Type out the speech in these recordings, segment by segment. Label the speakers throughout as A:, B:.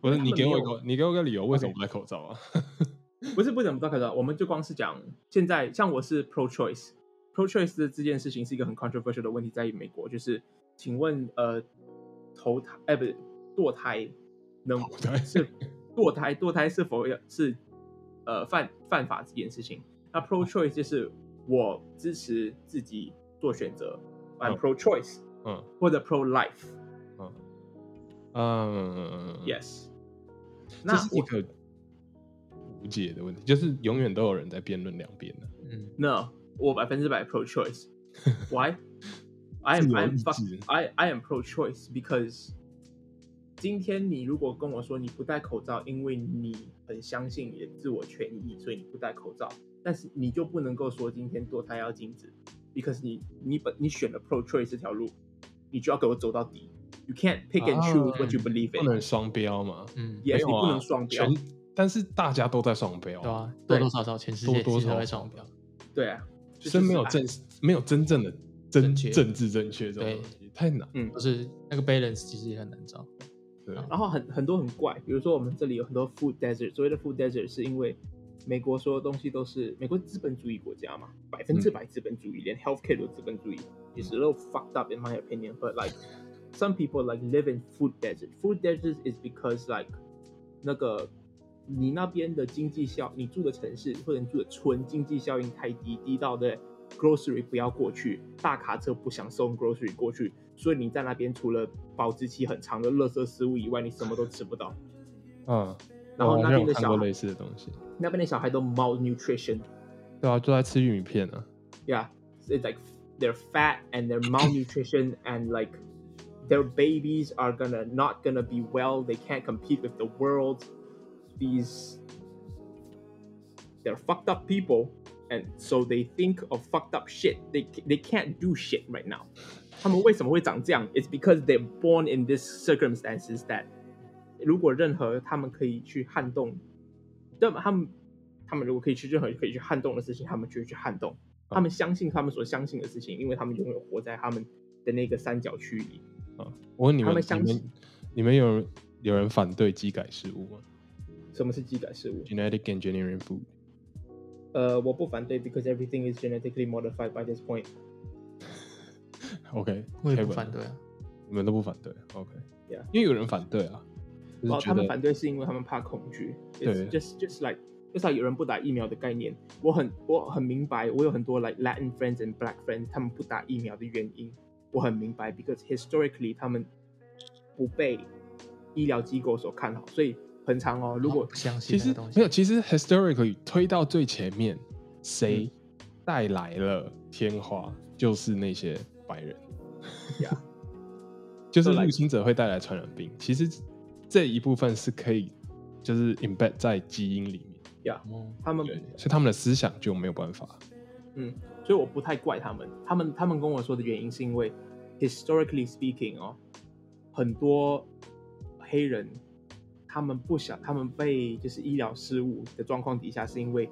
A: 不是
B: 他
A: 你
B: 们
A: 给
B: 没
A: 我一
B: 有
A: 个，你给我一个理由，为什么不戴口罩啊？
B: 不是不怎么戴口罩，我们就光是讲现在，像我是 pro choice，pro choice 的这件事情是一个很 controversial 的问题，在于美国，就是请问呃投胎哎、不是堕胎能
A: 投胎
B: 是堕胎堕胎是否要是呃犯犯法这件事情？那 pro choice 就是我支持自己做选择，I'm
A: 嗯
B: pro choice
A: 嗯
B: 或者 pro life，yes。
A: 嗯，这是一
B: 我
A: 个无解的问题，就是永远都有人在辩论两边的。
C: 嗯，
B: No，我百分之百 pro choice。Why? I
A: 自
B: am
A: 由
B: I am
A: 意
B: fuck
A: 志
B: I I am pro choice because 今天你如果跟我说你不戴口罩，因为你很相信你的自我权益，所以你不戴口罩，但是你就不能够说今天堕胎要禁止，because 你你本你选了 pro choice 这条路，你就要给我走到底。You can't pick and
A: 啊
B: choose what you believe
A: 不
B: in.
A: 能双标嘛？
C: 嗯，
B: Yes，
A: 没有
B: 你不
A: 啊
B: 能双标
A: 全但是大家都在双标，
C: 对啊，
B: 对
C: 多多少少全世
A: 多
C: 界
A: 多
C: 其实都
A: 少
C: 会
A: 少
C: 双标，
B: 对啊，这
A: 所以
B: 就
A: 没
B: 是
A: 有
B: 爱
A: 正没有真正的真
C: 正确
A: 政治正确这种
C: 对
A: 东西，太难。
B: 嗯
C: 就，是那个 balance 其实也很难找。
A: 对，
C: 啊
B: 然后很很多很怪，比如说我们这里有很多 food desert，所谓的 food desert 是因为美国所有东西都是美国资本主义国家嘛，百分之百资本主义，连 healthcare 都资本主义，is a little fucked up in my opinion. But like some people like live in food desert. Food desert is because like 那个你那边的经济效，你住的城市或者你住的村经济效应太低，低到的 grocery 不要过去，大卡车不想送 grocery 过去，所以你在那边除了保质期很长的垃圾食物以外，你什么都吃不到。
A: 嗯，
B: 然后
A: 我
B: 那
A: 好像
B: 边
A: 有
B: 的
A: 看
B: 小
A: 过
B: 孩
A: 类，似的东西，
B: 那边的小孩都 malnutrition，yeah，it's
A: 对啊，就在吃玉米片啊，
B: like they're fat and they're malnutrition and like their babies are gonna not gonna be well. They can't compete with the world. These they're fucked up people, and so they think of fucked up shit. They they can't do shit right now. 他们为什么会长这样？It's because they're born in this circumstances that 如果任何他们可以去撼动，那么他们他们如果可以去任何可以去撼动的事情，他们就会去撼动。
A: 嗯。
B: 他们相信他们所相信的事情，因为他们永远活在他们的那个三角区里。
A: 嗯我问你
B: 他
A: 们，
B: 们
A: 你
B: 相
A: 们
B: 信
A: 你们有有人反对机改食物吗
B: 什么是基改事物？
A: ？Genetic engineering food，
B: 呃，我不反对，because everything is genetically modified by this point。
A: OK，
C: 我也不
A: Kevin
C: 反对啊，
A: 你们都不反对，OK？
B: Yeah
A: 因为有人反对啊，就
B: 哦
A: 是，觉
B: 他们反
A: 得
B: 对是因为他们怕恐惧。
A: 对
B: It's，just just like 就像有人不打疫苗的概念，我很我很明白，我有很多 like Latin friends and Black friends，他们不打疫苗的原因，我很明白，because historically 他们不被医疗机构所看好，所以很长哦。如
C: 我
B: 果
C: 不相
A: 其
C: 信那个
A: 实
C: 东西
A: 没有，，其实 historically 推到最前面，
B: 嗯
A: 谁带来了天花，就是那些白人，
B: Yeah
A: 就是
B: 都来
A: 入侵者会带来传染病。其实这一部分是可以就是 embed 在基因里面，
C: 哦
B: 他们
A: 对，所以他们的思想就没有办法。
B: 嗯，所以我不太怪他们。他们他们跟我说的原因是因为，historically speaking 哦，很多黑人他们不想，他们被就是医疗失误的状况底下，是因为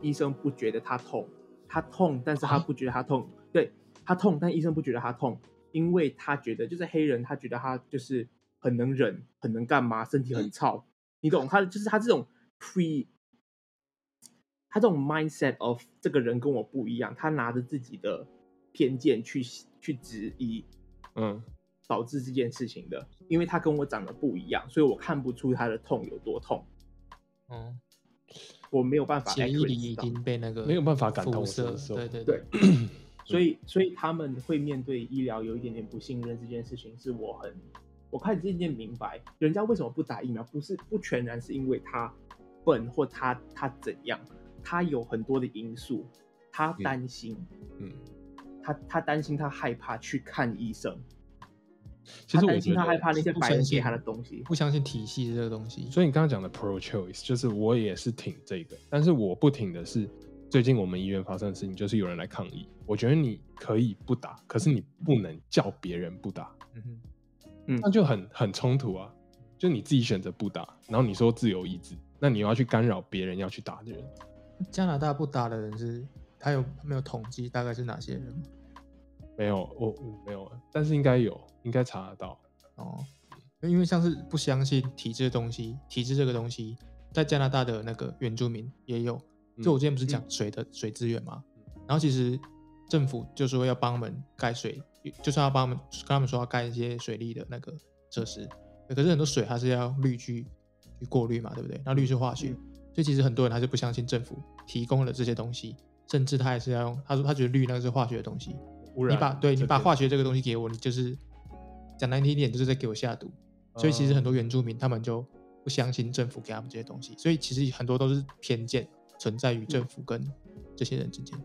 B: 医生不觉得他痛，他痛，但是他不觉得他痛，对他痛，但医生不觉得他痛，因为他觉得就是黑人，他觉得他就是很能忍，很能干嘛，身体很糙，你懂他就是他这种 pre 他这种 mindset of 这个人跟我不一样，他拿着自己的偏见去去质疑，
A: 嗯，
B: 导致这件事情的，因为他跟我长得不一样，所以我看不出他的痛有多痛，
C: 嗯，
B: 我没有办法
C: 协议
B: accurate
C: 里
B: 知
C: 已
B: 道
C: 经被那个
A: 没有办法感同
C: 辐射
A: 身受
C: 对对
B: 对，所以所以他们会面对医疗有一点点不信任这件事情，是我很我开始渐渐明白，人家为什么不打疫苗，不是不全然是因为他笨或他他怎样，他有很多的因素，他担心，
A: 嗯
B: 他他担心他害怕去看医生，
A: 其实
B: 他
A: 我
B: 担
A: 觉
B: 心
A: 得
B: 他害怕那些
C: 不
B: 白人
C: 相信
B: 给他的东西，
C: 不相信体系这个东西，
A: 所以你刚刚讲的 pro choice，就是我也是挺这个，但是我不挺的是最近我们医院发生的事情，就是有人来抗议。我觉得你可以不打，可是你不能叫别人不打，
C: 嗯哼，
A: 那就很很冲突啊！就你自己选择不打，然后你说自由意志，那你又要去干扰别人要去打的人。
C: 加拿大不打的人是，他有他没有统计大概是哪些人吗？
A: 嗯没有，我、我没有，但是应该有，应该查得到。
C: 哦，因为像是不相信体制的东西，体制这个东西，在加拿大的那个原住民也有。就我之前不是讲水的、水资源嘛，然后其实政府就说要帮我们盖水，就算要帮我们跟他们说要盖一些水利的那个设施，可是很多水它是要滤去去过滤嘛，对不对？那滤是化学，
B: 嗯
C: 所以其实很多人还是不相信政府提供了这些东西，甚至他还是要用他说他觉得氯那个是化学的东西，
A: 污染
C: 你把对你
A: 这
C: 把
A: 边
C: 化学这个东西给我，你就是讲难听一点，就是在给我下毒。所以其
A: 哦
C: 实很多原住民他们就不相信政府给他们这些东西，所以其实很多都是偏见存在于
A: 嗯
C: 政府跟这些人之间。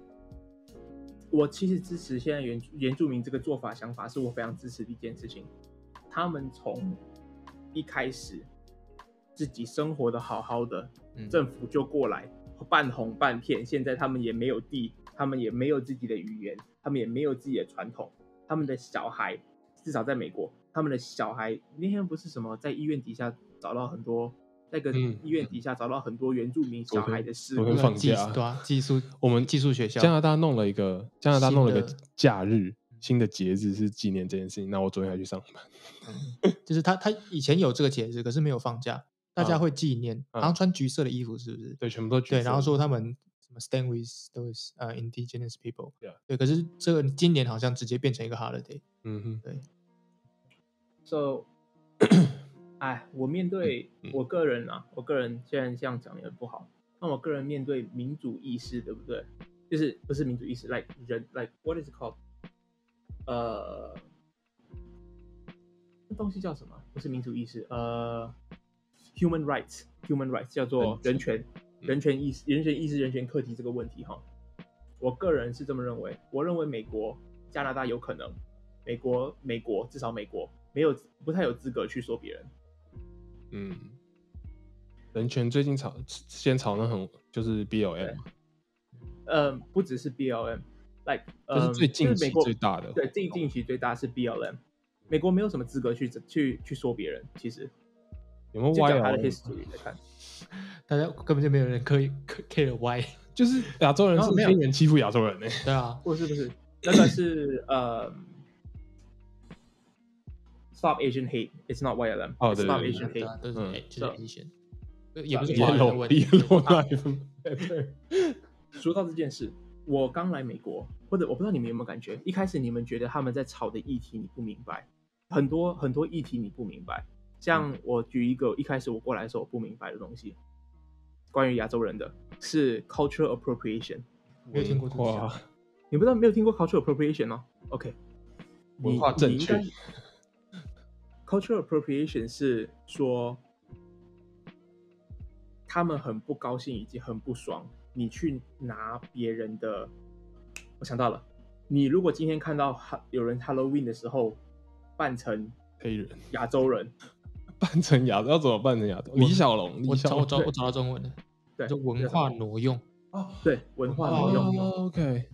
B: 我其实支持现在原原住民这个做法想法，是我非常支持的一件事情。他们
A: 嗯
B: 从一开始自己生活的好好的，
C: 嗯，
B: 政府就过来半哄半骗。现在他们也没有地，他们也没有自己的语言，他们也没有自己的传统。他们的小孩，至少在美国，他们的小孩那天不是什么在医院底下找到很多，那个
A: 嗯
B: 医院底下找到很多原住民小孩的尸
A: 昨
B: 骨
A: 天，放
C: 技
A: 假
C: 术对啊，技术
A: 我们
C: 技术学校
A: 加拿大弄了一个加拿大弄了一个
C: 新的
A: 假日，新的节日是纪念这件事情。那我昨天还去上班，
C: 就是他他以前有这个节日，可是没有放假，大家
A: 嗯
C: 会纪念，
A: 嗯
C: 好像穿橘色的衣服是不是？
A: 对，全部都橘
C: 对，
A: 色
C: 然后
A: 的
C: 说他们什么 stand with those 呃 indigenous people，
A: Yeah
C: 对，可是这个今年好像直接变成一个 holiday，
A: 嗯哼，
B: So，哎，我面对
A: 嗯嗯
B: 我个人啊，我个人虽然这样讲也不好，那我个人面对民主意识，对不对？就是不是民主意识，like 人，like what is it called？呃，那东西叫什么？不是民主意识，呃，human rights，human rights 叫做人
A: 人
B: 权、
A: 嗯
B: 人权意识、人权意识、人权课题这个问题哈。我个人是这么认为，我认为美国、加拿大有可能，美国、美国至少美国没有不太有资格去说别人。
A: 嗯，人权最近吵，之前吵得很就是 BLM，嘛
B: 呃，不只是 BLM，like
A: 这
B: 呃，
A: 是最近
B: 就是
A: 期
B: 美国
A: 最大的，
B: 对近近期最大是 BLM，美国没有什么资格去去去说别人，其实
A: 有没有哦
B: 就讲他的
A: YLM？
B: history 来看。
C: 大家根本就没有人可以 care why，
A: 就是亚洲人
B: 哦
A: 是
B: 没有
A: 黑人欺负亚洲人呢、
C: 对啊，
B: 不是不是，那个是呃，Stop Asian Hate，It's not YLM，
A: 哦对
B: it's
A: 对
B: Stop
A: 对
B: Asian
C: 对
B: Hate，
C: 啊，都是
A: 嗯
C: A- 就是
B: 对
C: Asian，呃也不是
B: 对
C: 华人的
A: Yellow
C: 问题，
A: Yellow Life，对，
B: 说到这件事，我刚来美国，或者我不知道你们有没有感觉，一开始你们觉得他们在吵的议题你不明白，很多很多议题你不明白。像我举一个，一开始我过来的时候我不明白的东西，关于亚洲人的是 cultural appropriation。
C: 没有听过这个
A: 文化
B: 你不知道没有听过 cultural appropriation 哦？OK，
A: 文化正确。
B: 你你应该 cultural appropriation 是说他们很不高兴，以及很不爽，你去拿别人的。我想到了，你如果今天看到哈有人 Halloween 的时候扮成
A: 黑人
B: 亚洲人，
A: 扮成亚洲要怎么扮成亚洲？李小龙，
C: 我
A: 李
C: 找
A: 小
C: 我
A: 龙
C: 找我找到中文了，
B: 对，
C: 就文
B: 对
C: 化挪用，
B: 对文化挪用。
A: 哦 OK，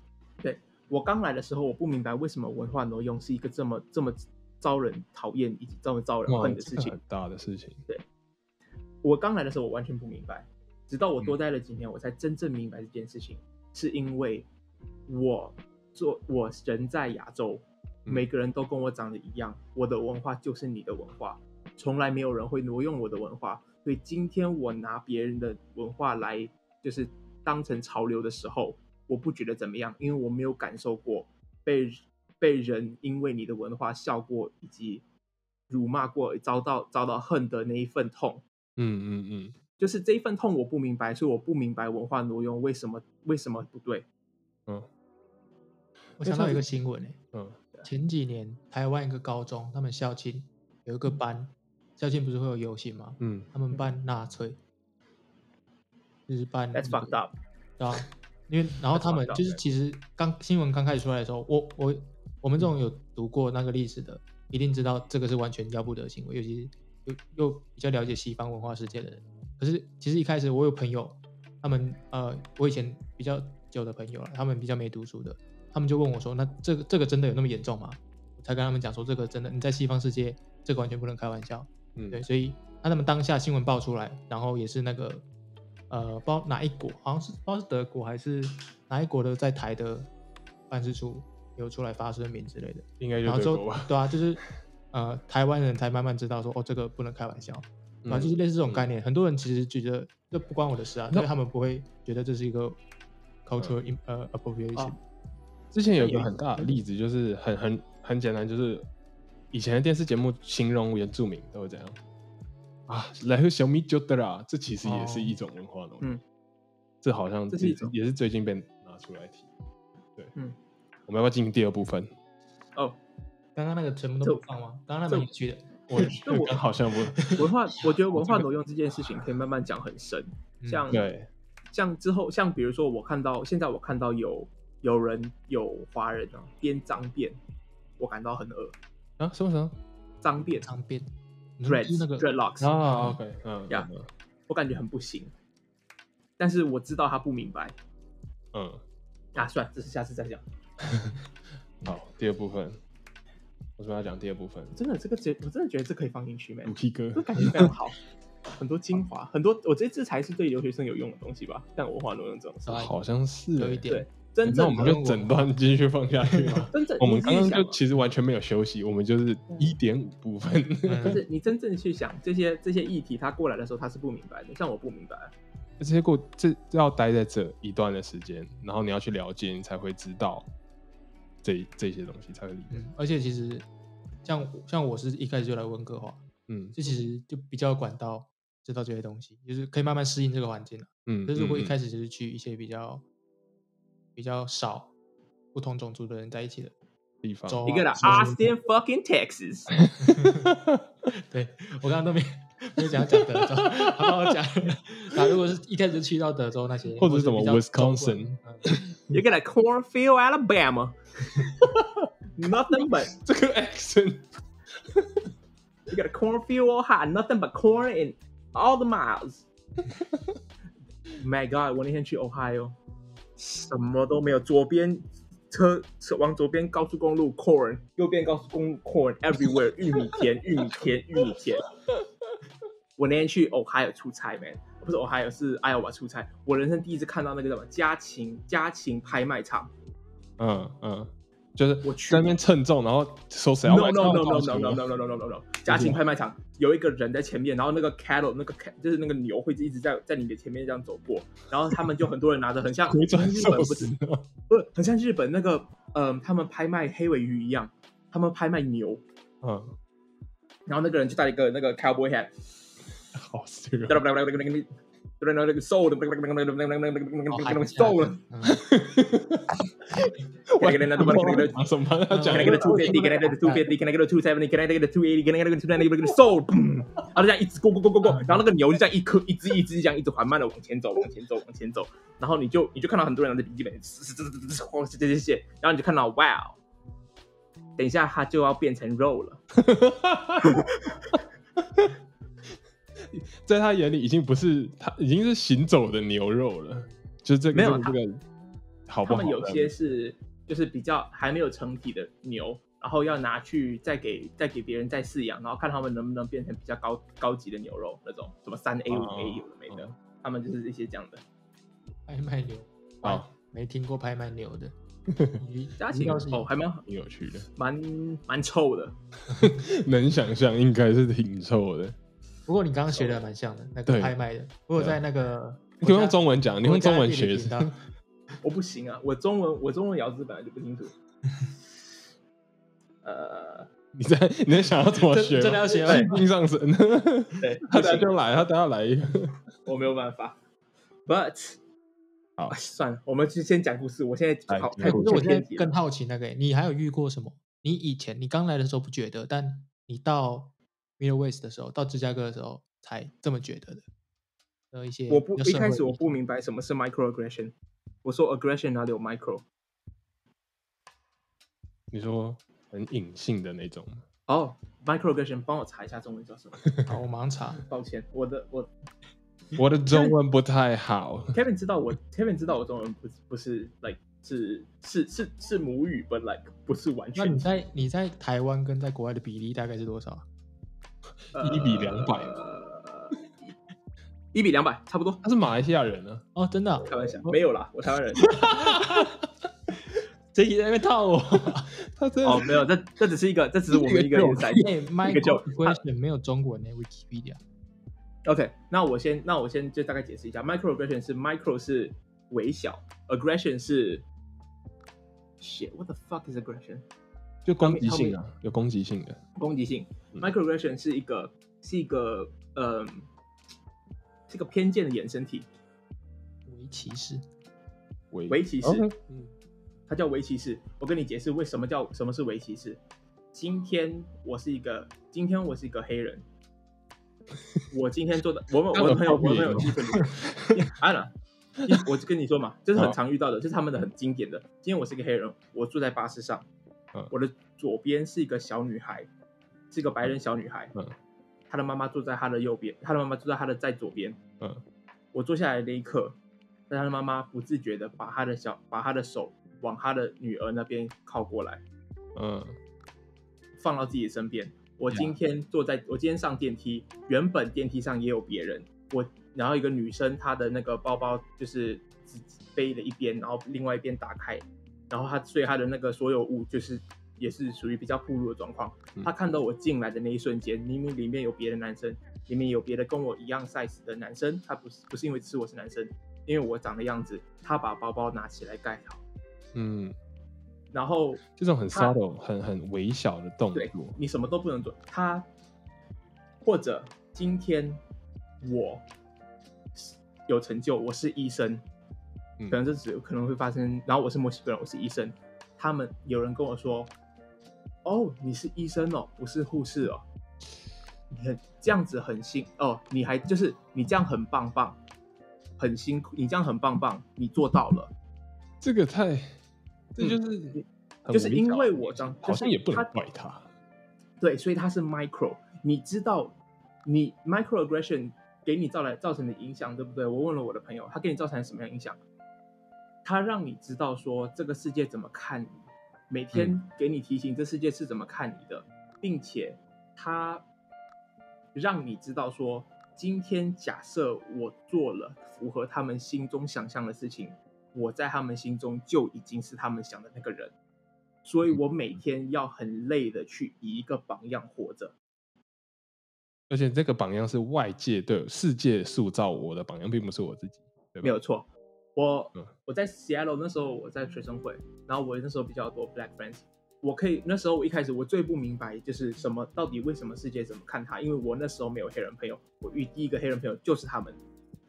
B: 我刚来的时候，我不明白为什么文化挪用是一个这么这么招人讨厌以及这么招人
A: 哇，
B: 恨的事
A: 这个
B: 情
A: 很。大的事情。
B: 我刚来的时候我完全不明白，直到我多待了几年，我才真正明白这件事情，是因为我做我人在亚洲，
A: 嗯
B: 每个人都跟我长得一样，我的文化就是你的文化，从来没有人会挪用我的文化，所以今天我拿别人的文化来就是当成潮流的时候，我不觉得怎么样，因为我没有感受过被被人因为你的文化笑过以及辱骂过，遭到遭到恨的那一份痛。
A: 嗯嗯嗯，
B: 就是这一份痛我不明白，所以我不明白文化挪用为什么为什么不对。
C: 我
A: 那
C: 想到
A: 像
C: 一个
A: 是
C: 新闻诶、
A: 嗯
C: 前几年台湾一个高中，他们校庆有一个班，校庆不是会有游行吗？
A: 嗯，
C: 他们办纳粹，就是办
B: That's
C: 那个
B: fucked up。
C: 对啊，因为然后
B: That's
C: 他们
B: fucked up,
C: 就是
B: man.
C: 其实刚新闻刚开始出来的时候，我我我们这种有读过那个历史的，一定知道这个是完全要不得的行为，尤其是又又比较了解西方文化世界的人。可是其实一开始我有朋友，他们呃，我以前比较久的朋友了，他们比较没读书的，他们就问我说：“那这个这个真的有那么严重吗？”我才跟他们讲说，这个真的你在西方世界，这个完全不能开玩笑。
A: 嗯
C: 对，所以那他们当下新闻爆出来，然后也是那个呃，不知道哪一国，好像是不知道是德国还是哪一国的在台的办事处有出来发声明之类的，
A: 应该
C: 然
A: 就
C: 后之
A: 德国
C: 后
A: 吧。
C: 对啊，就是呃台湾人才慢慢知道说哦，这个不能开玩笑，然后
A: 嗯
C: 就是类似这种概念，很多人其实觉得这不关我的事啊，
A: 那嗯
C: 但是他们不会觉得这是一个 cultural in- 呃 appropriation，
A: 哦
B: 啊
A: 之前有一个很大的例子，就是很很很简单，就是以前的电视节目形容原住民都会怎样啊，来个小米酒的啦，这其实也是一种文化的，
B: 嗯，
A: 这好像
B: 这是一种
A: 也是最近被拿出来提，对，
B: 嗯，
A: 我们要不要进行第二部分？
B: 哦，
C: 刚刚那个全部都不放吗？刚刚那
B: 这
C: 蛮有趣的，
A: 我
B: 这 我
A: 好像不
B: 文化，我觉得文化挪用这件事情可以慢慢讲很深，
C: 嗯
B: 像
A: 对，
B: 像之后，像比如说，我看到现在我看到有有人有华人啊编脏辫，我感到很恶
A: 啊，什么什么
B: 脏辫
C: 长辫，你说
B: dread
C: 就是那个哦
B: dreadlocks，、
A: 啊？OK，嗯，
B: 呀
A: 嗯
B: 我感觉很不行，但是我知道他不明白
A: 嗯，
B: 啊，算了，这是下次再讲。
A: 好，第二部分，我准备要讲第二部分，
B: 真的，这个节我真的觉得这可以放进去没
A: 武？器哥
B: 这，感觉非常好， 很多精华，很多我觉得这才是对留学生有用的东西吧。像文化挪用这种事，
C: 啊
A: 好像是
C: 有一
A: 欸
C: 点
B: 对，真
A: 那
B: 正
A: 我们就整段继续放下去嘛。
B: 真正
A: 我们刚刚
B: 你自己
A: 就
B: 想啊
A: 其实完全没有休息，我们就是一点五部分。
B: 就
C: 嗯
B: 是你真正去想这些这些议题，他过来的时候他是不明白的，像我不明白。
A: 这些过这这要待在这一段的时间，然后你要去了解，你才会知道这这些东西才会理解。
C: 嗯，而且其实像像我是一开始就来温哥华，
A: 嗯
C: 这其实就比较管到知道这些东西，就是可以慢慢适应这个环境了。
A: 嗯，
C: 可是如果一开
A: 始
C: 始就是去一些比较比较少不同种族的人在一起的
A: 地方，
C: 州啊，
B: 一个啦
C: 什么什么
B: ，Austin fucking Texas，
C: 对我刚刚都没没有讲要讲德州，好吧，我讲 了。那如果是一开始就去到德州那些，
A: 或
C: 或
A: 者
C: 是
A: 什么
C: 比较
A: Wisconsin
C: 中文
B: 一个啦，Cornfield Alabama，nothing but
A: 这个 action
B: 一个 Cornfield Ohio，nothing but corn in all the miles。My God，我那天去 Ohio，什么都没有，左边车车往左边高速公路 corn，右边高速公路 corn everywhere，玉米田，玉米田，玉米田。我那天去 Ohio 出差，man，不是 Ohio 是 Iowa 出差，我人生第一次看到那个叫什么家禽家禽拍卖场。
A: 嗯嗯，就是
B: 我去
A: 在那边称重，然后说谁要
B: No
A: 买
B: no
A: 谁要买
B: no no
A: 谁
B: no
A: 要
B: no
A: 买
B: no no no no no no no！家禽拍卖场有一个人在前面，然后那个 cattle 那个 cat 就是那个牛会一直在在你的前面这样走过，然后他们就很多人拿着很像
A: 回转
B: 日
A: 寿
B: 本不
A: 司
B: 是，不是很像日本那个嗯、他们拍卖黑尾鱼一样，他们拍卖牛，
A: 嗯，
B: 然后那个人就戴一个那个 cowboy hat，
A: 好 serious
B: 对。对那个 sold，
C: 哦海南
B: sold，
C: 嗯
A: 什么？他讲
B: Can I get a two fifty? Can I get a two fifty? Can I get a two seventy? Can I get a two eighty? Can I get a two ninety? Can I get a sold? 然后这样一直 go go go go go，然后那个牛就这样一颗一只一只这样一直缓慢的往前走，往前走，往前走，然后你就你就看到很多人拿着笔记本，这这这些，然后你就看到 wow，等一下它就要变成肉了。
A: 在他眼里已经不是他，已经是行走的牛肉了。就这个
B: 没有
A: 这个
B: 他
A: 这个好不
B: 他
A: 好？
B: 们有些是就是比较还没有成体的牛，然后要拿去再给再给别人再饲养，然后看他们能不能变成比较高高级的牛肉那种，什么三 A
A: 哦
B: 五 A 有的没的，他们就是一些这样的。
C: 拍卖牛，
A: 好，
C: 没听过拍卖牛 的，鱼
B: 家
C: 鱼
B: 禽
C: 要是
B: 哦，还蛮
A: 挺有趣的，
B: 蛮蛮臭的，
A: 能想象应该是挺臭的。
C: 不过你刚刚学的蛮像的，那
A: 对啊
C: 个拍卖的，我有在那个
A: 你可以
C: 国
A: 用
C: 家
A: 中文啊讲，你
C: 国
A: 用
C: 家
A: 中文
C: 地理
A: 学
C: 频道。
B: 我不行啊，我中文我中文咬字本来就不清楚。呃，
A: 你在你在想要怎么
C: 这
A: 学吗？
C: 这个要学吗
A: 硬上 身，
B: 对，
A: 他等
B: 不
A: 下
B: 行，
A: 就来，他等下来一个。
B: 我没有办法。But
A: 好
B: 哎算了，我们就先讲故事。我现在
A: 来
B: 好
A: 讲
B: 太
A: 故
B: 多
A: 事
C: 哎可是我现在
B: 偏 题了
C: 更好奇那个欸，你还有遇过什么？你以前你刚来的时候不觉得，但你到 Middle West 的时候，到芝加哥的时候才这么觉得的。的一些
B: 我不
C: 比较
B: 一
C: 社
B: 开
C: 会
B: 始我
C: 议
B: 不
C: 题
B: 明白什么是 micro aggression，我说 aggression 哪里有 micro？
A: 你说很隐性的那种吗，
B: 哦、m i c r o aggression，帮我查一下中文叫什么？
C: 好，哦我马 上查。
B: 抱歉，我的我
A: 我的中文不太好。
B: Kevin 知道我 Kevin 知道我中文不不是 like 是是是是母语，but like 不是完
C: 那
B: 全
C: 你在你在台湾跟在国外的比例大概是多少啊？
A: 一比200
B: 呃一比两百差不多，
C: 啊
A: 他是马来西亚人呢、
C: 哦，真的啊、
B: 开玩笑，没有啦，我台湾人。
C: 这集在那边套我。
A: 他真的
B: 哦，没有，这这只是一个，这只是 我们一个 insight。
C: 哎
B: 个叫
C: ，Michael Question 没有中文呢，Wikipedia。
B: OK，那我先，那我先就大概解释一下，microaggression 是 micro 是微小，aggression 是 shit，what the fuck is aggression？
A: 就攻击性啊，有攻击性的。
B: 攻击性
A: 嗯
B: ，microaggression 是一个是一个嗯、是一个偏见的衍生体，
C: 为歧视，
A: 围
B: 围棋是
A: OK，
B: 它叫围棋士。我跟你解释为什么叫什么是围棋士。今天我是一个，今天我是一个黑人，我今天做 的，我们我的朋友，我的朋友基本安了。我就跟你说 嘛，这是很常遇到的，这是他们的很经典的。今天我是一个黑人，我坐在巴士上，
A: 嗯
B: 我的左边是一个小女孩，是一个白人小女孩，
A: 嗯
B: 她的妈妈坐在她的右边，她的妈妈坐在她的在左边，
A: 嗯，
B: 我坐下来那一刻，但他的妈妈不自觉的把他的小把他的手往他的女儿那边靠过来，
A: 嗯
B: 放到自己的身边。我
A: Yeah.
B: 今天坐在我今天上电梯，原本电梯上也有别人，我然后一个女生她的那个包包就是只背了一边，然后另外一边打开，然后她所以她的那个所有物就是也是属于比较暴露的状况
A: 嗯。
B: 她看到我进来的那一瞬间，明明里面有别的男生，里面有别的跟我一样 size 的男生，她不是不是因为吃我是男生，因为我长的样子，她把包包拿起来盖好，
A: 嗯，
B: 然后
A: 这种很
B: 他
A: subtle、很很微小的动
B: 对
A: 作，
B: 你什么都不能做。他或者今天我是有成就，我是医生，
A: 嗯
B: 可能这只可能会发生。然后我是墨西哥人，我是医生，他们有人跟我说：“哦，你是医生哦，不是护士哦。” 你很这样子很辛哦，你还就是你这样很棒棒，很辛苦，你这样很棒棒，你做到了。
A: 这个太，这就是很
B: 嗯就是
A: 微
B: 因
A: 小
B: 为
A: 的东
B: 我
A: 西
B: 长
A: 好
B: 就是
A: 像也不能
B: 他
A: 怪他，
B: 对，所以它是 micro。你知道，你 microaggression 给你造来造成的影响，对不对？我问了我的朋友，他给你造成什么样的影响？他让你知道说这个世界怎么看你，每天给你提醒这世界是怎么看你的，并且他让你知道说，今天假设我做了符合他们心中想象的事情，我在他们心中就已经是他们想的那个人，所以我每天要很累的去以一个榜样活着。
A: 而且这个榜样是外界对世界塑造我的榜样，并不是我自己，对吧？
B: 没有错。我、
A: 嗯
B: 我在 Seattle 那时候我在学生会，然后我那时候比较多 Black friends，我可以那时候我一开始我最不明白就是什么到底为什么世界怎么看他，因为我那时候没有黑人朋友，我遇第一个黑人朋友就是他们，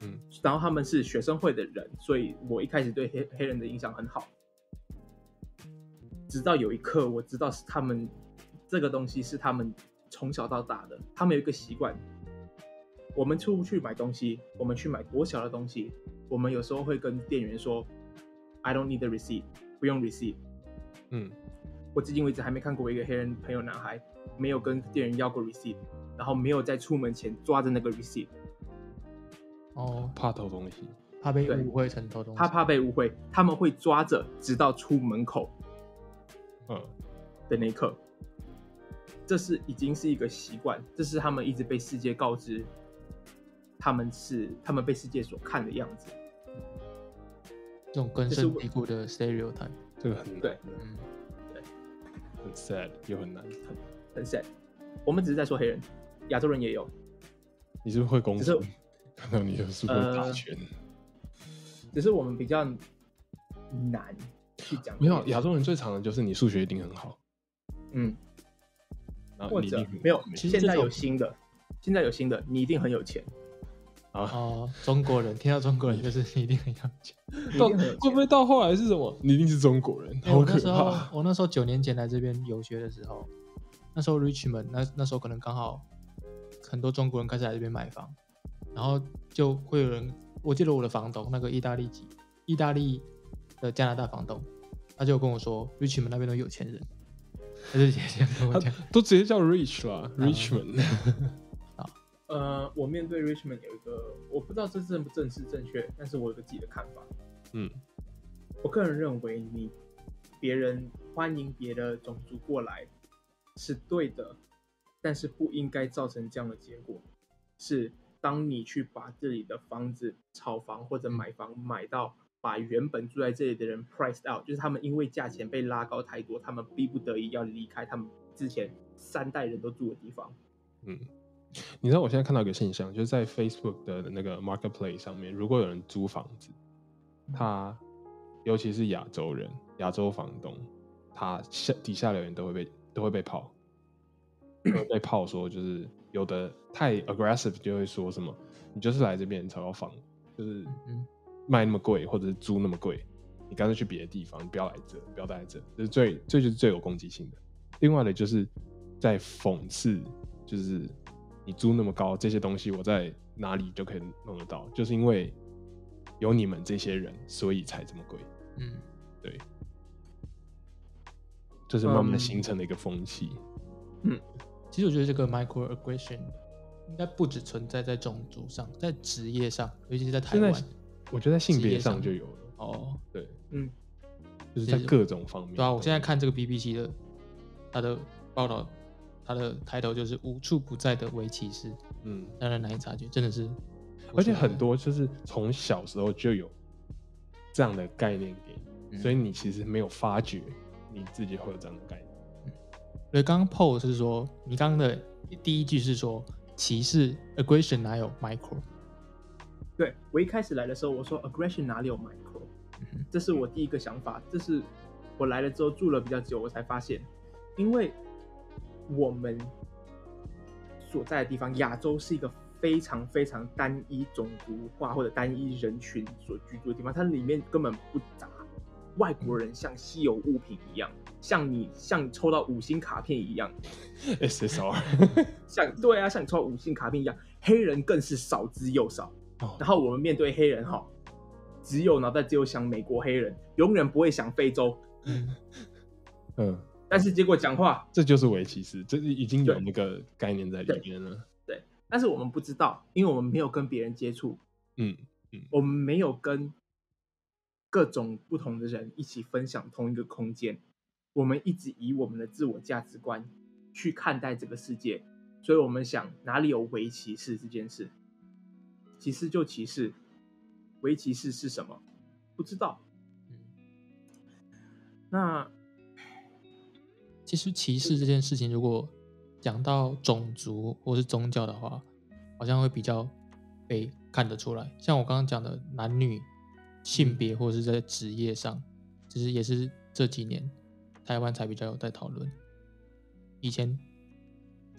A: 嗯，
B: 然后他们是学生会的人，所以我一开始对黑黑人的印象很好，直到有一刻我知道是他们这个东西是他们从小到大的，他们有一个习惯，我们出去买东西，我们去买国小的东西，我们有时候会跟店员说，I don't need the receipt，不用 receipt。
A: 嗯，
B: 我至今为止还没看过一个黑人朋友男孩没有跟店员要过 receipt，然后没有在出门前抓着那个 receipt，
C: 哦，
A: 怕偷东西，
C: 怕被
B: 对
C: 误会成偷东西。
B: 他怕被误会，他们会抓着直到出门口
A: 嗯，
B: 的那一刻。这是已经是一个习惯，这是他们一直被世界告知，他们是他们被世界所看的样子。
C: 这种根
B: 就是
C: 深
B: 我
C: 蒂固的 stereotype。
A: 这个很难，
B: 对
C: 嗯，
A: 很 sad 又很难。
B: 很 sad，我们只是在说黑人，亚洲人也有，
A: 你是不是会工
B: 只是
A: 作？看到你就是不是会打
B: 呃
A: 拳？
B: 只是我们比较难去讲。
A: 没有，亚洲人最常的就是你数学一定很好，
B: 嗯，
A: 然后
B: 或
A: 啊你一
B: 者
A: 定很
B: 没有，
C: 其实
B: 现
C: 这
B: 在
C: 种
B: 有新的，现在有新的，你一定很有钱，
A: 啊，
C: 哦，中国人听到中国人 就是一定很要 钱。
B: 你一
A: 到
B: 定很有
A: 会不
B: 钱。
A: 会到后来是什么？你一定是中国人，
C: 哎我
A: 好
C: 那
A: 可
C: 时
A: 怕！
C: 候，我那时候九年前来这边游学的时候，那时候 Richmond 那那时候可能刚好很多中国人开始来这边买房，然后就会有人，我记得我的房东那个意大利籍，意大利的加拿大房东，他就跟我说 Richmond 那边都有钱人，他就直接这样跟我 讲。
A: 都直接叫 Rich
C: 啊
A: 啦，Richmond。
B: 呃，我面对 Richmond 有一个，我不知道这正不正式正确，但是我有个自己的看法。
A: 嗯，
B: 我个人认为你别人欢迎别的种族过来是对的，但是不应该造成这样的结果。是当你去把这里的房子、炒房或者买房买到把原本住在这里的人 priced out，就是他们因为价钱被拉高太多，他们逼不得已要离开他们之前三代人都住的地方。
A: 嗯，你知道我现在看到一个现象，就是在 Facebook 的那个 Marketplace 上面，如果有人租房子，
C: 嗯
A: 他尤其是亚洲人、亚洲房东，他下底下留言都会被都会被泡，都会被泡说就是有的太 aggressive 就会说什么，你就是来这边炒到房，就是
C: 嗯
A: 卖那么贵或者是租那么贵，你干脆去别的地方，不要来这，不要待在这，这是最这就是最有攻击性的。另外的就是在讽刺，就是你租那么高这些东西，我在哪里就可以弄得到，就是因为有你们这些人，所以才这么贵，
C: 嗯，
A: 就是慢慢地
B: 嗯
A: 形成了一个风气。
C: 其实我觉得这个 microaggression 应该不只存在在种族上，在职业上，尤其是在台
A: 现在
C: 湾。
A: 我觉得在性
C: 职
A: 别
C: 业上
A: 上就有了，
C: 哦，
A: 对，
B: 嗯，
A: 就是在
C: 是
A: 各种方面。
C: 对啊，我现在看这个 BBC 的它的报道，它的抬头就是无处不在的围棋士，
A: 嗯，
C: 让人难以察觉，真的是。
A: 而且很，多就是从小时候就有这样的概念给你，
C: 嗯
A: 所以你其实没有发觉你自己会有这样的概念。
C: 所以刚刚 Paul 是说，你刚刚的第一句是说歧视 aggression 哪有 micro？
B: 对我一开始来的时候，我说 aggression 哪里有 micro，
C: 嗯哼
B: 这是我第一个想法，这是我来了之后住了比较久，我才发现，因为我们所在的地方，亚洲是一个非常非常单一种族化或者单一人群所居住的地方，它里面根本不杂外国人像稀有物品一样，像你像抽到五星卡片一样，
A: SSR，
B: 像对啊，像你抽到五星卡片一样，黑人更是少之又少。
A: 哦
B: 然后我们面对黑人哈，只有脑袋只有想美国黑人，永远不会想非洲。
A: 嗯，
B: 但是结果讲话，
A: 这就是围棋师，这已经有
B: 对
A: 那个概念在里面了。
B: 但是我们不知道，因为我们没有跟别人接触，
A: 嗯，
B: 我们没有跟各种不同的人一起分享同一个空间，我们一直以我们的自我价值观去看待这个世界，所以我们想哪里有围棋士这件事，歧视就歧视，围棋士是什么？不知道。那
C: 其实歧视这件事情，如果讲到种族或是宗教的话，好像会比较被看得出来。像我刚刚讲的男女、性
A: 嗯
C: 别或是在职业上，其实也是这几年台湾才比较有在讨论。以前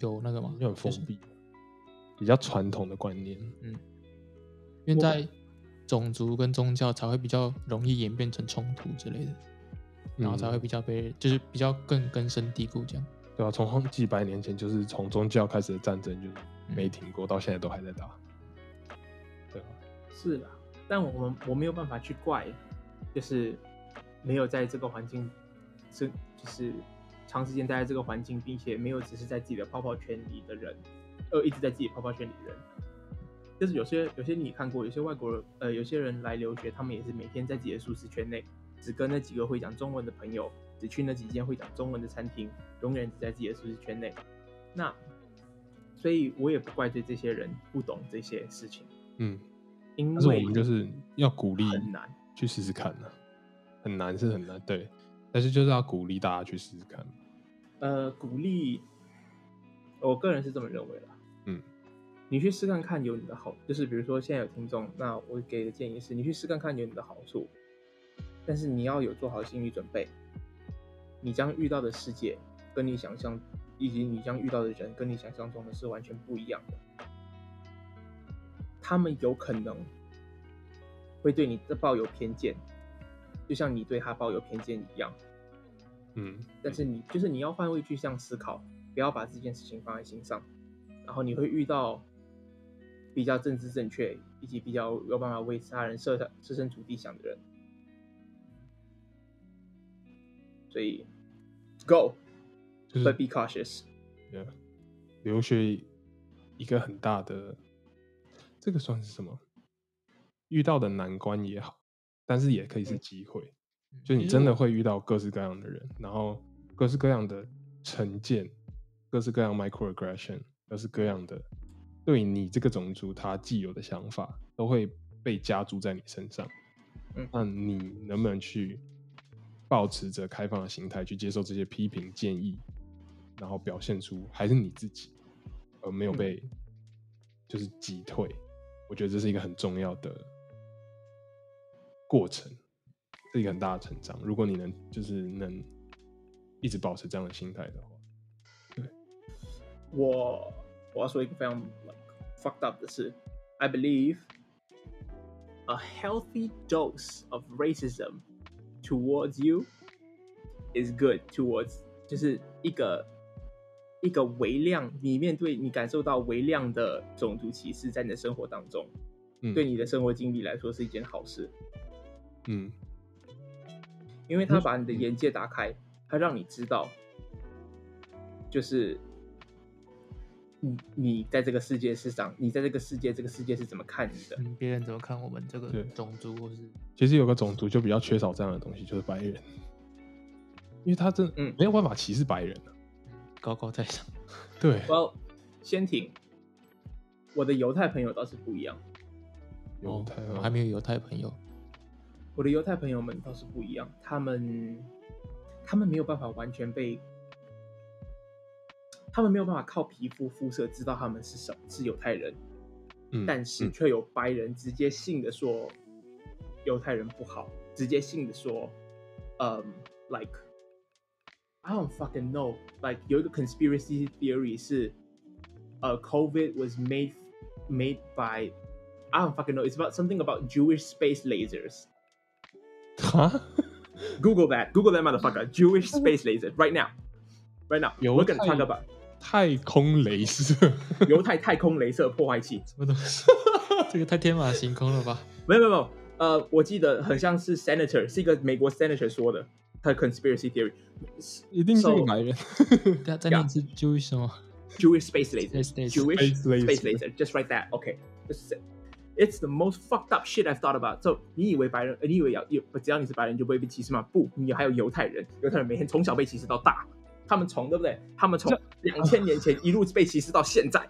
C: 有那个吗？
A: 就很
C: 就
A: 封
C: 是
A: 闭，比较传统的观念。
C: 因为在种族跟宗教才会比较容易演变成冲突之类的，然后
A: 嗯
C: 才会比较被，就是比较更根深蒂固这样。
A: 对啊，从好几百年前就是从宗教开始的战争，就是没
C: 嗯
A: 停过，到现在都还在打。对啊，
B: 是啦，但我们我没有办法去怪，就是没有在这个环境生，就是长时间待在这个环境，并且没有只是在自己的泡泡圈里的人，呃，一直在自己泡泡圈里的人。就是有些有些你看过，有些外国人，呃，有些人来留学，他们也是每天在自己的舒适圈内，只跟那几个会讲中文的朋友，只去那几间会讲中文的餐厅，永远只在自己的舒适圈内。那，所以我也不怪罪这些人不懂这些事情，
A: 嗯，
B: 因
A: 但是
B: 为
A: 我们就是要鼓励
B: 很难。
A: 去试试看呢、啊很难是很难，对，但是就是要鼓励大家去试试看。
B: 呃，鼓励，我个人是这么认为啦。
A: 嗯，
B: 你去试看看有你的好，就是比如说现在有听众，那我给的建议是，你去试看看有你的好处，但是你要有做好心理准备，你将遇到的世界跟你想象，以及你将遇到的人跟你想象中的是完全不一样的。他们有可能会对你抱有偏见，就像你对他抱有偏见一样。
A: 嗯，
B: 但是你就是你要换位具象思考，不要把这件事情放在心上，然后你会遇到比较政治正确以及比较有办法为他人设设身处地想的人，所以 go
A: 就是
B: but be cautious。
A: Yeah. 啊留学一个很大的，这个算是什么？遇到的难关也好，但是也可以是机会。就你真的会遇到各式各样的人，然后各式各样的成见，各式各样 microaggression，各式各样的对你这个种族他既有的想法，都会被加注在你身上。
B: 嗯
A: 那你能不能去保持着开放的心态去接受这些批评建议，然后表现出还是你自己，而没有被、就是击退？我觉得这是一个很重要的过程，是一个很大的成长。如果你能就是能一直保持这样的心态的话，
B: 我我要说一个非常 like, fucked up 的事，I believe a healthy dose of racism towards you is good towards 就是一个一个微量，你面对你感受到微量的种族歧视在你的生活当中，
A: 嗯，
B: 对，你的生活经历来说是一件好事。
A: 嗯
B: 因为他把你的眼界打开，他让你知道，就是你你在这个世界是上，你在这个世界这个世界是怎么看你的？
C: 嗯，别人怎么看我们这个
A: 对
C: 种族，或是
A: 其实有个种族就比较缺少这样的东西，就是白人，因为他真
B: 嗯
A: 没有办法歧视白人、啊、
C: 高高在上。
A: 对，
B: well,，先停。我的犹太朋友倒是不一样，
A: 犹太
C: 哦我
A: 啊
C: 还没有犹太朋友，
B: 我的犹太朋友们倒是不一样，他们他们没有办法完全被，他们没有办法靠皮肤肤色知道他们是什是犹太人，
A: 嗯
B: 但是
A: 嗯
B: 却有白人直接性的说犹太人不好，直接性的说，嗯、l i k e I don't fucking know，like 有一个 conspiracy theory 是，呃、c o v i d was made made by I don't fucking know，it's about something about Jewish space lasers。
A: 哈，
B: Google that, Google that motherfucker, Jewish space laser right now, right now.
A: 犹
B: We're gonna
A: 太
B: talk about
A: 太空镭射，
B: 犹太太空镭射破坏器。
C: 什么东西？ 这个太天马行空了吧？
B: 没有没有没有，呃，我记得很像是 senator，是一个美国 senator 说的，他的 conspiracy theory
A: 一定是个
B: So-
A: 白人。
C: 再再念一次 Jewish 什么
B: Jewish space laser,
C: Space Laser
B: Jewish
A: Space laser.
B: space laser, just like that. Okay, It's- it's the most fucked up shit I've thought about. So 你以为白人，呃你以为要有只要你是白人就不会被歧视吗？不，你还有犹太人，犹太人每天从小被歧视到大，他们从对不对？他们从两千年前一路被歧视到现在。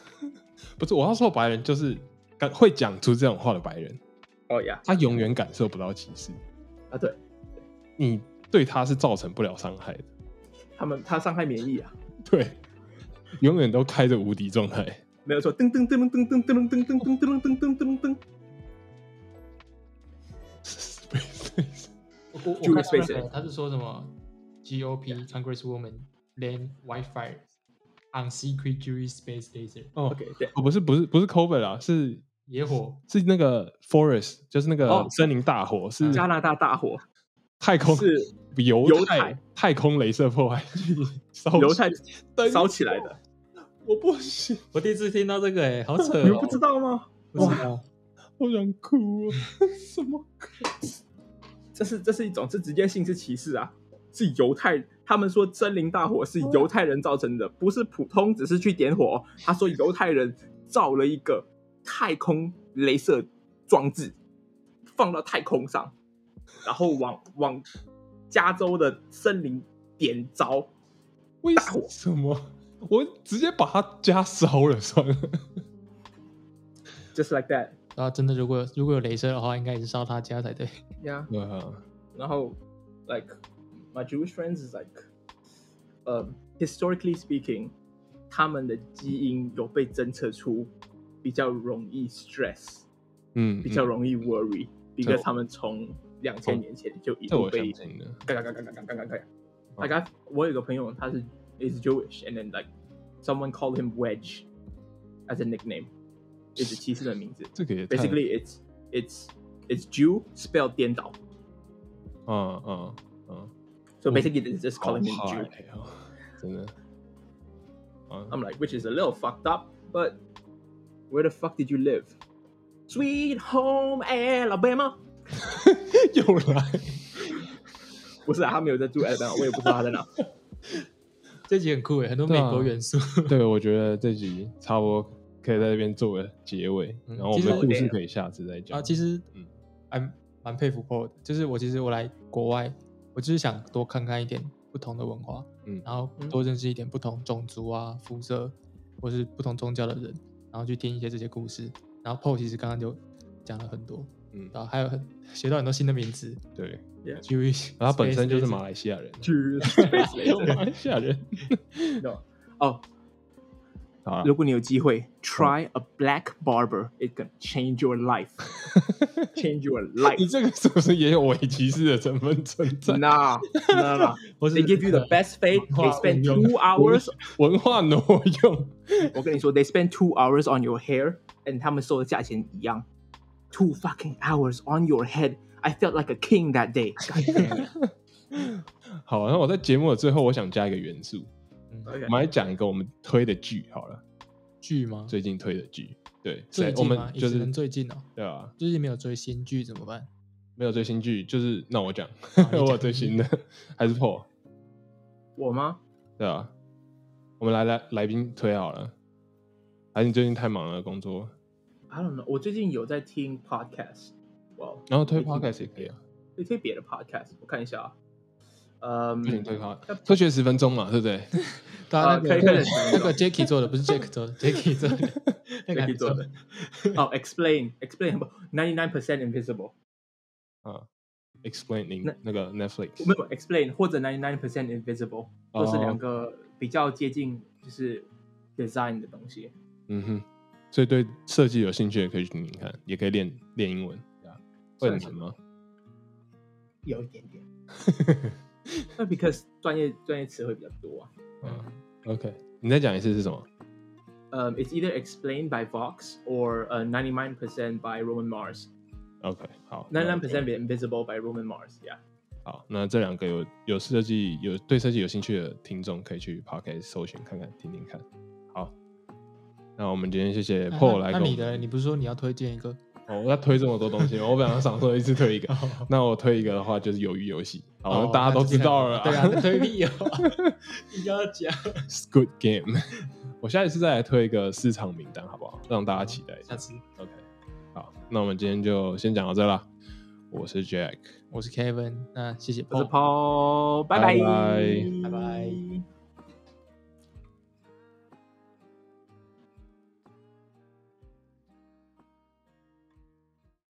A: 不是我要说白人，就是敢会讲出这种话的白人，
B: 哦呀
A: 他永远感受不到歧视，
B: 啊，对。
A: 你对他是造成不了伤害的，
B: 他们他伤害免疫啊，
A: 对，永远都开着无敌状态。
B: 没有错。噔噔噔噔噔噔噔噔噔噔噔噔噔噔噔。
A: Space laser
C: 我我我
B: Jewish
C: 看到那
B: space
C: 个他是说什么 GOP Congresswoman land wildfire on secret Jewish space laser
A: 哦
B: OK，对，
A: 哦，不是不是不是 COVID 啦，是
C: 野火，
A: 是那个 forest，就是那个
B: 哦
A: 森林大火，是
B: 加拿大大火
A: 太空
B: 是
A: 犹
B: 犹
A: 太
B: 太
A: 太空镭射破坏 器烧
B: 犹太
A: 起来
B: 烧起来，的，
A: 我不行，
C: 我第一次听到这个哎、好扯、
A: 哦
B: 你们不知道吗？
C: 不知道，
A: 好想 哭、哦，什么？
B: 这是这是一种，这直接性是歧视啊，是犹太。他们说森林大火是犹太人造成的，不是普通只是去点火哦。他说犹太人造了一个太空镭射装置，放到太空上，然后往往加州的森林点着，
A: 为
B: 大火
A: 什么？我直接把它家烧了算了。
B: just like that。
C: 然后啊真的如果有如果有镭射的话，应该也是烧他家才对。
B: Yeah.
A: 对啊，
B: 然后，like my Jewish friends is like，呃、historically speaking，他们的基因有被侦测出比较容易 stress，
A: 嗯，
B: 比较
A: 嗯
B: 容易 worry，因为他们从两千年前就一
A: 这
B: 路
A: 我相
B: 被
A: 信的。
B: 嘎嘎嘎嘎嘎嘎嘎嘎。Like I，我有个朋友，他是 is Jewish，and then like someone called him Wedge as a nickname，一直歧视的名字。
A: 这个也太
B: Basically, it's it's it's Jew spelled 颠倒。
A: 嗯嗯嗯，
B: So
A: 哦
B: basically, they just
A: 好
B: calling me
A: 嗨
B: Jew.
A: 哦，真的。啊
B: I'm like, which is a little fucked up, but where the fuck did you live? Sweet home Alabama.
A: 又来，
B: 不是、啊，他没有在住 Alabama，我也不知道他在哪。
C: 这集很酷哎、很多美国元素。
A: 对，我觉得这集差不多可以在这边做个结尾，
C: 嗯
A: 然后我
C: 其
A: 们
C: 实
A: 的故事可以下次再
C: 啊，
A: 讲。
C: 其实
A: 嗯
C: 还蛮佩服 Paul，的就是我其实我来国外，我就是想多看看一点不同的文化，
A: 嗯
C: 然后多认识一点不同种族啊、肤色或是不同宗教的人，然后去听一些这些故事。然后 Paul 其实刚刚就讲了很多，
A: 嗯，
C: 然后还有很学到很多新的名词
A: 对，
C: ，Jewish，
A: 然后他本身就是
C: space
A: 马来西亚人，
B: 就是
A: 马来西亚人。
B: 哦，
A: 好啊了
B: 如果你有机会，try a black barber, it can change your life, change your
A: 你
B: life.
A: 这个是不是也有伪歧视的成分存在？
B: Nah, nah, nah.
C: 或是
B: They give you the best fade. They spend two hours.
A: 文化挪用，
B: 我跟你说，they spend two hours on your hair，and 他们收的价钱一样。Two fucking hours on your head. I felt like a king that day. God damn it.
A: 好，那我在节目的最后，我想加一个元素，
C: 嗯
B: OK
A: 我们来讲一个我们推的剧好了，
C: 剧吗？
A: 最近推的剧，对，
C: 最
A: 谁我
C: 近吗
A: 们？
C: 也
A: 就
C: 只
A: 是
C: 能最近哦，
A: 对啊，
C: 最近没有追新剧怎么办？
A: 没有最新剧，就是那我哦讲，
C: 讲
A: 我有最新的还是破，
B: 我吗？
A: 对啊，我们来来来宾推好了，还是你最近太忙了工作，
B: I don't know，我最近有在听 podcast，哇，
A: 然后推 podcast 也可以啊，
B: 可以推别的 podcast，我看一下啊。嗯
A: 不，行推 podcast，科学十分钟嘛，对不 对？啊
C: 啊大家那
B: 可
C: 个
B: 以可以
C: 那个 Jacky 做的，不是 Jack 做的 ，Jacky 做的，那个还
B: Jacky
C: 不错
B: 做的。哦，explain，explain 不，ninety nine percent invisible，
A: 啊，explain 您
B: 那
A: 那个
B: 没
A: Netflix，
B: 有 explain 或者 ninety nine percent invisible，都是
A: 哦
B: 两个比较接近就是 design 的东西。
A: 嗯哼，所以对设计有兴趣的可以去听听看，也可以练练英文，对啊，会很难吗？
B: 有一点点。那 because 专业专业词汇比较多啊。
A: 嗯，OK，你再讲一次是什么？
B: 嗯、i t s either explained by Vox or 呃 ninety nine percent by Roman Mars。
A: OK，好，
B: ninety nine
A: 那
B: percent invisible by Roman Mars。Yeah。
A: 好，那这两个有有设计有对设计有兴趣的听众，可以去 Podcast 搜寻看看听听看。好，那我们今天谢谢
C: 嗯那
A: Paul 来
C: 那
A: 跟我
C: 你的，你不是说你要推荐一个？
A: 哦，我要推这么多东西吗，我本来想说一次推一 个，那我推一个的话就是鱿鱼游戏，好，
C: 哦
A: 那大家都知道了，
C: 那就这 样 对啊，推理哦，你要讲
A: ，Squid Game。我 下一次再来推一个市场名单，好不好？让大家期待一下
C: 下。次。
A: OK，好，那我们今天就先讲到这啦。我是 Jack。
C: 我是 Kevin，那谢谢
B: 我是
C: Paul，
B: 哦 Paul，拜拜
A: 拜拜
C: 拜拜